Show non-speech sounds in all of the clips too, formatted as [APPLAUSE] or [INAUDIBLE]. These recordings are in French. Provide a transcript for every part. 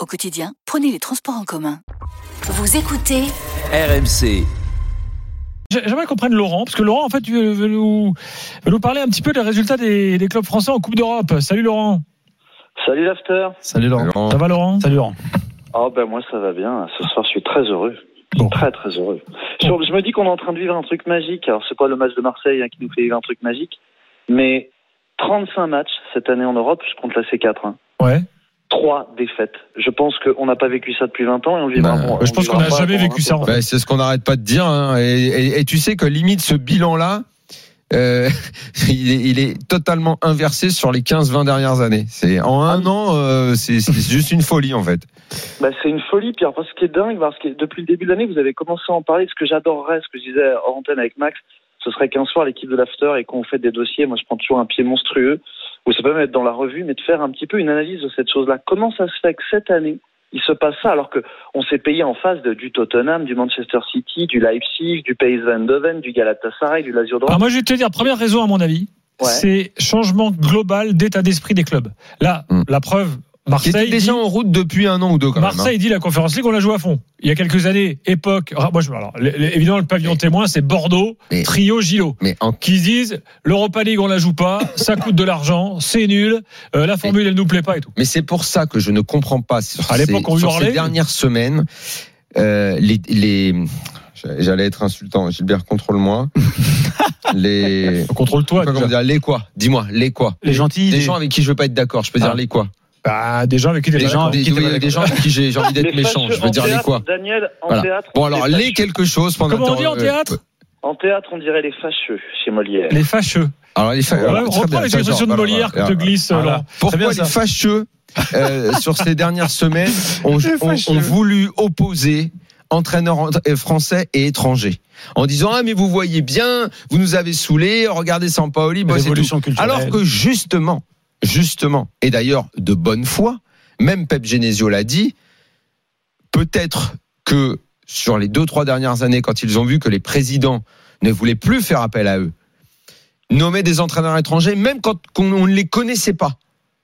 Au quotidien, prenez les transports en commun. Vous écoutez RMC. J'ai- J'aimerais qu'on prenne Laurent, parce que Laurent, en fait, veut, veut nous, veut nous parler un petit peu des résultats des, des clubs français en Coupe d'Europe. Salut Laurent. Salut l'after. Salut Laurent. Ça va Laurent Salut Laurent. Oh ben moi ça va bien. Ce soir je suis très heureux. Je suis Bon. Très très heureux. Sur- je me dis qu'on est en train de vivre un truc magique. Alors c'est pas le match de Marseille hein, qui nous fait vivre un truc magique, mais 35 matchs cette année en Europe, je compte la C4. Hein. Ouais. Trois défaites. Je pense qu'on n'a pas vécu ça depuis 20 ans et on le vivra. Bah, bon, je on pense le vivra qu'on n'a pas jamais avant vécu 20 ça. ans. en fait. Bah, c'est ce qu'on n'arrête pas de dire. hein. Et, et- et tu sais que limite, ce bilan-là, euh, [LAUGHS] il, est, il est totalement inversé sur les 15-20 dernières années. C'est En Ah un an, euh, [LAUGHS] c'est c'est juste une folie, en fait. Bah, c'est une folie, Pierre. Parce que ce qui est dingue, parce que depuis le début de l'année, vous avez commencé à en parler. Ce que j'adorerais, ce que je disais en antenne avec Max, ce serait qu'un soir, l'équipe de l'After et qu'on fait des dossiers. Moi, je prends toujours un pied monstrueux, ou ça peut même être dans la revue, mais de faire un petit peu une analyse de cette chose-là. Comment ça se fait que cette année, il se passe ça, alors que on s'est payé en face de- du Tottenham, du Manchester City, du Leipzig, du PSV Eindhoven, du Galatasaray, du Lazio de Alors Rome. moi, je vais te dire, première raison à mon avis, Ah, Ouais. c'est changement global d'état d'esprit des clubs. Là, Hmm. la preuve, Qui était Marseille. dit- déjà en route depuis un an ou deux, quand même. hein. Marseille dit la Conférence League, on la joue à fond. Il y a quelques années, époque. ah, Moi, je, alors, le- le- évidemment, le pavillon Mais- témoin, c'est Bordeaux, Mais- Trio, Gilo. Mais en Qui se disent, l'Europa League, on la joue pas, ça coûte de l'argent, c'est nul, euh, la formule, elle nous plaît pas et tout. Mais c'est pour ça que je ne comprends pas sur, À ces, l'époque, on sur hurlait. ces dernières semaines euh, les, les j'allais être insultant [LAUGHS] Gilbert contrôle-moi les Contrôle-toi. Enfin, comment déjà. dire, les quoi dis-moi les quoi Les gentils, des les- gens avec qui je veux pas être d'accord je peux dire Ah. les quoi Bah, des gens avec qui des Les gens des, avec qui t'es oui, pas d'accord. des gens avec qui j'ai j'ai envie Les d'être méchant fâcheux je veux en dire les théâtre, quoi Daniel, en Voilà. théâtre. bon alors les les fâcheux. quelque chose pendant euh, Comment on dit en théâtre En théâtre, on dirait les fâcheux chez Molière. Les fâcheux. alors les fa- Voilà, alors, très reprends bien, les ça, expressions de j'adore. Molière que Voilà, te voilà. glisse, Voilà. Laurent. Pourquoi bien, les ça. fâcheux, euh, sur ces dernières semaines, ont, Les ont- fâcheux. ont voulu opposer entraîneurs ent- euh, français et étrangers en disant ah mais vous voyez bien vous nous avez saoulés regardez Sampaoli bon, Bah, c'est tout. L'évolution culturelle. alors que justement justement et d'ailleurs de bonne foi même Pep Genesio l'a dit peut-être que sur les deux trois dernières années quand ils ont vu que les présidents ne voulaient plus faire appel à eux nommer des entraîneurs étrangers, même quand qu'on- on ne les connaissait pas.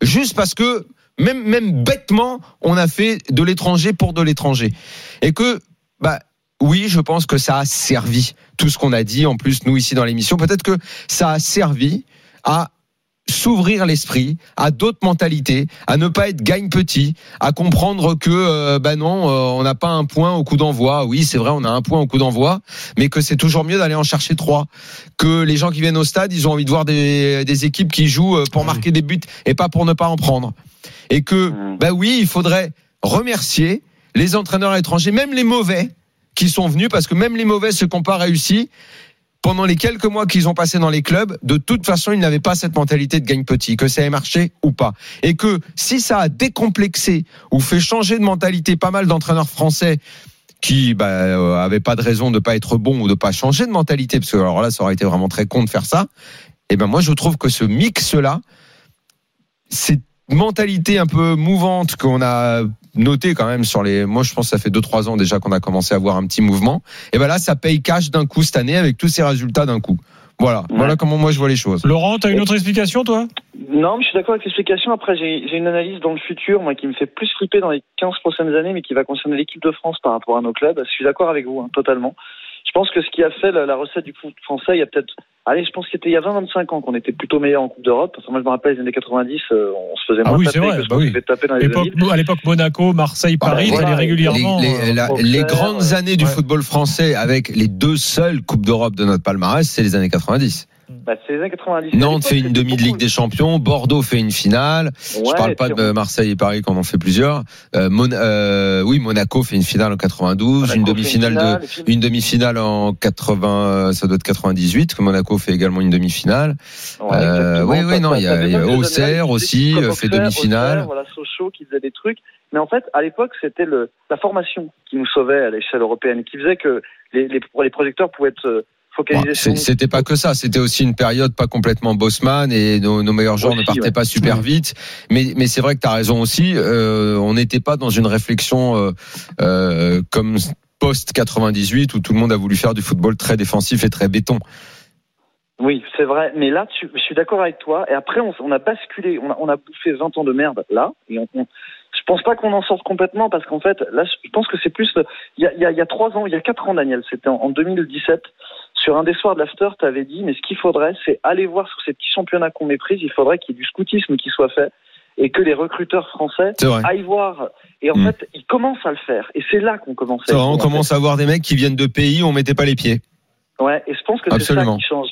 Juste parce que, même, même bêtement, on a fait de l'étranger pour de l'étranger. Et que, bah, oui, je pense que ça a servi. Tout ce qu'on a dit, en plus, nous ici dans l'émission, peut-être que ça a servi à s'ouvrir l'esprit à d'autres mentalités, à ne pas être gagne petit, à comprendre que euh, bah non, euh, on n'a pas un point au coup d'envoi. Oui, c'est vrai, on a un point au coup d'envoi, mais que c'est toujours mieux d'aller en chercher trois. Que les gens qui viennent au stade, ils ont envie de voir des, des équipes qui jouent euh, pour marquer des buts et pas pour ne pas en prendre. Et que Mm. bah oui, il faudrait remercier les entraîneurs étrangers, même les mauvais qui sont venus, parce que même les mauvais, ceux qui n'ont pas réussi, pendant les quelques mois qu'ils ont passé dans les clubs, de toute façon, ils n'avaient pas cette mentalité de gagne petit, que ça ait marché ou pas. Et que si ça a décomplexé ou fait changer de mentalité pas mal d'entraîneurs français qui bah, euh, avaient pas de raison de pas être bons ou de pas changer de mentalité, parce que alors là, ça aurait été vraiment très con de faire ça, et ben moi, je trouve que ce mix-là, cette mentalité un peu mouvante qu'on a notée quand même sur les... Moi, je pense que ça fait 2-3 ans déjà qu'on a commencé à voir un petit mouvement et ben là ça paye cash d'un coup cette année avec tous ces résultats d'un coup. Voilà, Ouais. voilà comment moi je vois les choses. Laurent, t'as une autre explication, toi Non, mais je suis d'accord avec l'explication. Après, j'ai j'ai une analyse dans le futur, moi, qui me fait plus flipper dans les 15 prochaines années, mais qui va concerner l'équipe de France par rapport à nos clubs. Je suis d'accord avec vous, hein, totalement. Je pense que ce qui a fait la, la recette du foot français, il y a peut-être. Allez, je pense qu'il était il y a 20-25 ans qu'on était plutôt meilleur en Coupe d'Europe. Parce que moi, je me rappelle les années 90, euh, on se faisait Ah moins oui, c'est taper vrai, que ce bah qu'on oui. se fait taper dans les Époque- années. à l'époque Monaco, Marseille, Ah bah, Paris, voilà. t'allais régulièrement. les, les- euh, la- au les clair, grandes euh, années du ouais. football français avec les deux seules Coupes d'Europe de notre palmarès, c'est les années 90. Bah, c'est les années 90. Nantes fait une C'était demi de Ligue des Champions, Bordeaux fait une finale. beaucoup- Je Ouais, parle pas puis de Marseille et Paris quand on fait plusieurs. Euh, Mon- euh, oui, Monaco fait une finale en 92, on a une fait demi-finale de, finale, et puis- une demi-finale en 80, euh, ça doit être 98, que Monaco fait également une demi-finale. Ouais, Euh, exactement. oui, oui, Ça- non, ça il y a- fait il y a même des Auxerre années, aussi, euh, comme fait Auxerre, demi-finale. Auxerre, Voilà, Sochaux qui faisait des trucs. Mais en fait, à l'époque, c'était le- la formation qui nous sauvait à l'échelle européenne, qui faisait que les, les, les projecteurs pouvaient être euh, Bon, focalisés sur Bah, c'est- C'était pas que ça, c'était aussi une période pas complètement Bosman et nos, nos meilleurs joueurs Aussi, ne partaient ouais. pas super vite. Mais, mais c'est vrai que tu as raison aussi, euh, on n'était pas dans une réflexion euh, euh, comme post-98 où tout le monde a voulu faire du football très défensif et très béton. Oui, c'est vrai. Mais là, tu, je suis d'accord avec toi. Et après, on, on a basculé. On a, on a bouffé 20 ans de merde là. Et on, on- je pense pas qu'on en sorte complètement parce qu'en fait, là, je pense que c'est plus. le- Il y a, il y, a, il y a trois ans, il y a quatre ans, Daniel, c'était en, en 2017. Sur un des soirs de l'after, tu avais dit, mais ce qu'il faudrait, c'est aller voir sur ces petits championnats qu'on méprise. Il faudrait qu'il y ait du scoutisme qui soit fait et que les recruteurs français C'est vrai. aillent voir. Et en Mm. fait, ils commencent à le faire. Et c'est là qu'on commence. C'est vrai, on commence à voir des mecs qui viennent de pays où on mettait pas les pieds. Ouais, et je pense que c'est ça Absolument. qui change.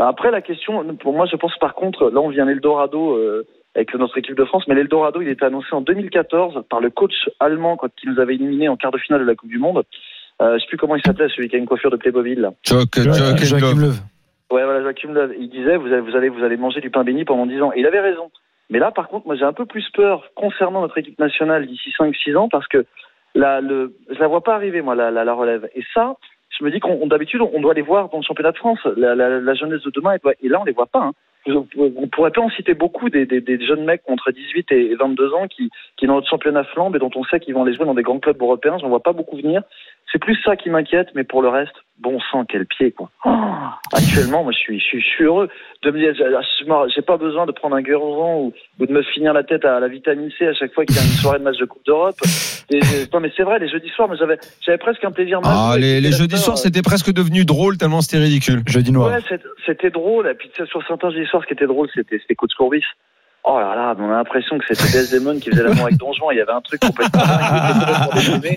Après, la question, pour moi, je pense par contre, là, on vient à l'Eldorado euh, avec notre équipe de France, mais l'Eldorado, il était annoncé en 2014 par le coach allemand quand il nous avait éliminés en quart de finale de la Coupe du Monde. Euh, je sais plus comment il s'appelait, celui qui a une coiffure de Playmobil. Là. Chuck, Chuck, and Love. Löw. Ouais, voilà, Joachim Löw. Il disait, vous allez, vous allez, vous allez manger du pain béni pendant 10 ans. Et il avait raison. Mais là, par contre, moi, j'ai un peu plus peur concernant notre équipe nationale d'ici 5-6 ans parce que la, le, je la vois pas arriver, moi, la, la, la relève. Et ça, je me dis qu'on, on- d'habitude, on doit les voir dans le championnat de France. La, la, la jeunesse de demain, elle doit- et là, on les voit pas. hein. Vous- On pourrait pas en citer beaucoup des, des, des jeunes mecs entre 18 et 22 ans qui, qui dans notre championnat flambe et dont on sait qu'ils vont aller jouer dans des grands clubs européens. J'en vois pas beaucoup venir. C'est plus ça qui m'inquiète, mais pour le reste, bon sang, quel pied, quoi. Oh, actuellement, moi, je suis, je suis, je suis heureux de me dire, je- je- je- j'ai pas besoin de prendre un guérosan ou, ou de me finir la tête à la vitamine C à chaque fois qu'il y a une soirée de match de Coupe d'Europe. Et- et- Non, mais c'est vrai, les jeudis soirs, moi, j'avais, j'avais presque un plaisir. Ah, malheureux. les, les J'étais jeudis là, soirs, euh, c'était presque devenu drôle tellement c'était ridicule. Jeudi noir. Ouais, c'est- c'était drôle. Et puis, tu sais, sur certains des histoires, ce qui était drôle, c'était c'était Coach Courbis. Oh là là, mais on a l'impression que c'était Desdemon qui faisait l'amour avec Don Juan. Il y avait un truc complètement dingue, complètement déprimé.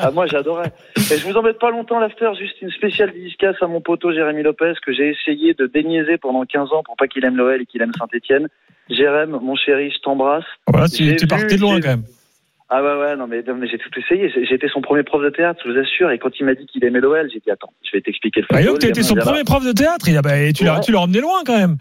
ah, Moi, j'adorais. Et je vous embête pas longtemps, l'after. Juste une spéciale dédicace à mon poteau Jérémy Lopez que j'ai essayé de déniaiser pendant 15 ans pour pas qu'il aime l'OL et qu'il aime Saint-Etienne. Jérémy, mon chéri, je t'embrasse. Voilà, tu J'ai tu vu, partais de loin j'ai- quand même. Ah ouais, ouais, non, mais, non, mais j'ai tout essayé. J'ai- J'étais son premier prof de théâtre, je vous assure. Et quand il m'a dit qu'il aimait l'OL, j'ai dit, attends, je vais t'expliquer le Bah, football, Yoann, t'as été gamin, son viens là. premier prof de théâtre. Il a- bah, et tu l'as Ouais. tu l'as emmené loin quand même.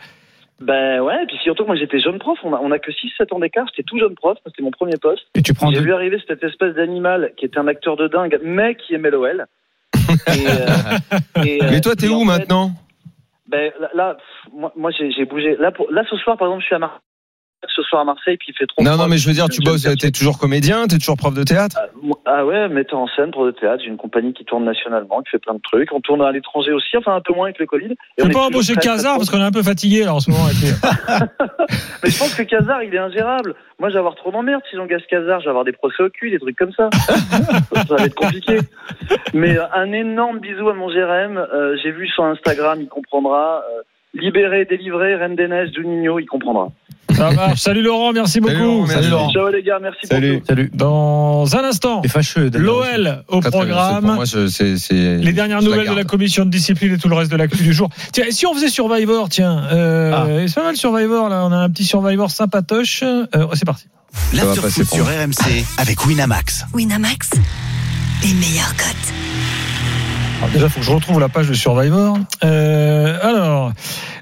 Ben ouais, et puis surtout que moi j'étais jeune prof, on a, on a que 6-7 ans d'écart, j'étais tout jeune prof, c'était mon premier poste. Et tu prends J'ai deux. vu arriver cette espèce d'animal qui était un acteur de dingue, mais qui aimait l'OL. Et, euh, [LAUGHS] et, euh, Mais toi, t'es et en où fait, maintenant ben, là, là, pff, moi, moi, j'ai j'ai bougé. Là, pour, là, ce soir, par exemple, je suis à Marseille. Ce soir à Marseille, puis il fait trop Non, froid. non, mais je veux dire, Je tu me bosses, cherche. t'es toujours comédien, t'es toujours prof de théâtre Ah, moi- Ah ouais, metteur en scène, pour le théâtre, j'ai une compagnie qui tourne nationalement, qui fait plein de trucs. On tourne à l'étranger aussi, enfin un peu moins avec le Covid. Et Je on peux est pas toujours embaucher très, très Casar proche. parce qu'on est un peu fatigué là en ce moment. avec [LAUGHS] les- Mais je pense que Casar, il est ingérable. Moi, je vais avoir trop d'emmerdes si j'engage Casar. Je vais avoir des procès au cul, des trucs comme ça. ça va être compliqué. Mais euh, un énorme bisou à mon Jérém. Euh, J'ai vu sur Instagram, il comprendra. Euh, libéré, délivré, Reine des Neiges, Juninho, il comprendra. Ça marche. Salut Laurent, merci beaucoup. Salut, Laurent, merci. Laurent. Ciao les gars, merci pour Salut. tout. Salut. Dans un instant, C'est fâcheux. Daniel. l'OL au Très, très bien, c'est- pour programme. moi, je- c'est- c'est- Les dernières je la nouvelles de la garde. commission de discipline et tout le reste de l'actu du jour. Tiens, et si on faisait Survivor, tiens, Ah. euh, et c'est pas mal Survivor là, on a un petit Survivor sympatoche. Euh, c'est parti. Ça va L'after passer foot pour sur RMC avec Winamax. Winamax, les meilleurs cotes. Alors, déjà, faut que je retrouve la page de Survivor. Euh, alors,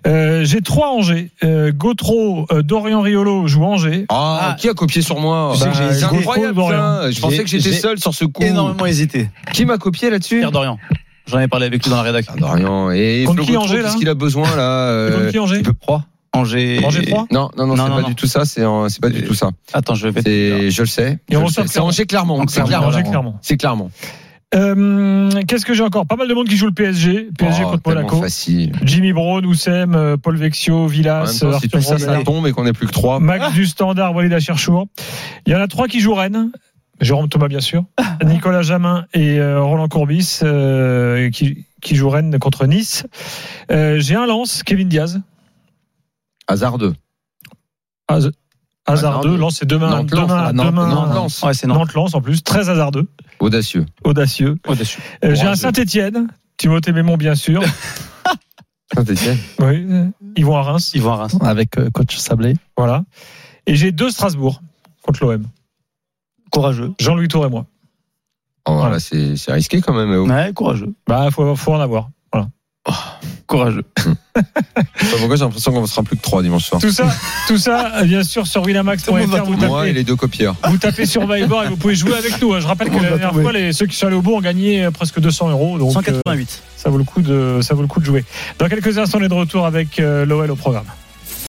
euh, j'ai trois Angers. Euh, Gautreau, euh, Dorian Riolo joue Angers. Ah, Ah. qui a copié sur moi Bah, Tu sais que j'ai C'est hésité. incroyable, Dorian. ça. Je J'ai- pensais que j'étais j'ai seul sur ce coup. Énormément hésité. Qui m'a copié là-dessus Pierre Dorian. J'en ai parlé avec lui dans la rédaction. Ah, Dorian. Et Contre Flo qui, Gautreau, Angers, là qu'est-ce qu'il a besoin là C'est euh, contre qui Angers peut 3. Angers. Angers 3 Non, non, non, Non, c'est non, pas non. du tout ça. C'est en- c'est pas du tout ça. Attends, je vais C'est, je le sais. Et je on le reçoit sais. C'est Clermont. Angers Clermont. En C'est Clermont, Clermont. Angers Clermont. C'est Clermont. Euh, Qu'est-ce que j'ai encore Pas mal de monde qui joue le PSG. PSG Oh, contre tellement Monaco. Facile. Jimmy Brown, Oussem, euh, Paul Vecchio, En Villas, même temps, si Arthur tout ça, ça Robert. tombe et qu'on n'est plus que trois. Max du Standard, Walid Acherchour. Il y en a trois qui jouent Rennes. Jérôme Thomas, bien sûr. Ah. Nicolas Jamin et euh, Roland Courbis euh, qui, qui jouent Rennes contre Nice. Euh, J'ai un lance, Kevin Diaz. Hasardeux. Haz- Hasard Hasardeux. deux. Lance, c'est demain. Ah, Nantes lance, demain, ah, Nantes- demain. Nantes lance. Ouais, c'est non. Nantes lance en plus. Très hasardeux. Audacieux. Audacieux. Au-dessus. Euh, J'ai Courageux. un Saint-Etienne. Timothée Mémon, bien [LAUGHS] sûr. Saint-Etienne. oui. Ils vont à Reims. Ils vont à Reims. avec euh, coach Sablé. Voilà. Et j'ai deux Strasbourg contre l'OM. Courageux. Jean-Louis Tour et moi. Oh, Ouais. là, c'est, c'est risqué quand même. Ouais, courageux. Bah, faut, faut en avoir. Voilà. courageux. Je sais pas pourquoi j'ai l'impression qu'on ne sera plus que trois dimanche soir. Tout ça, tout ça, euh, bien sûr, sur Tout le monde va winamax.fr, vous tomber. Moi et tapez, les deux copieurs. vous tapez Survivor et vous pouvez jouer avec nous. hein. Je rappelle Tout que le la monde va dernière tomber. fois, les, ceux qui sont allés au bout ont gagné euh, presque 200 euros. Donc, euh, 188. ça vaut le coup de ça vaut le coup de jouer. Dans quelques instants, on est de retour avec euh, Lowell au programme.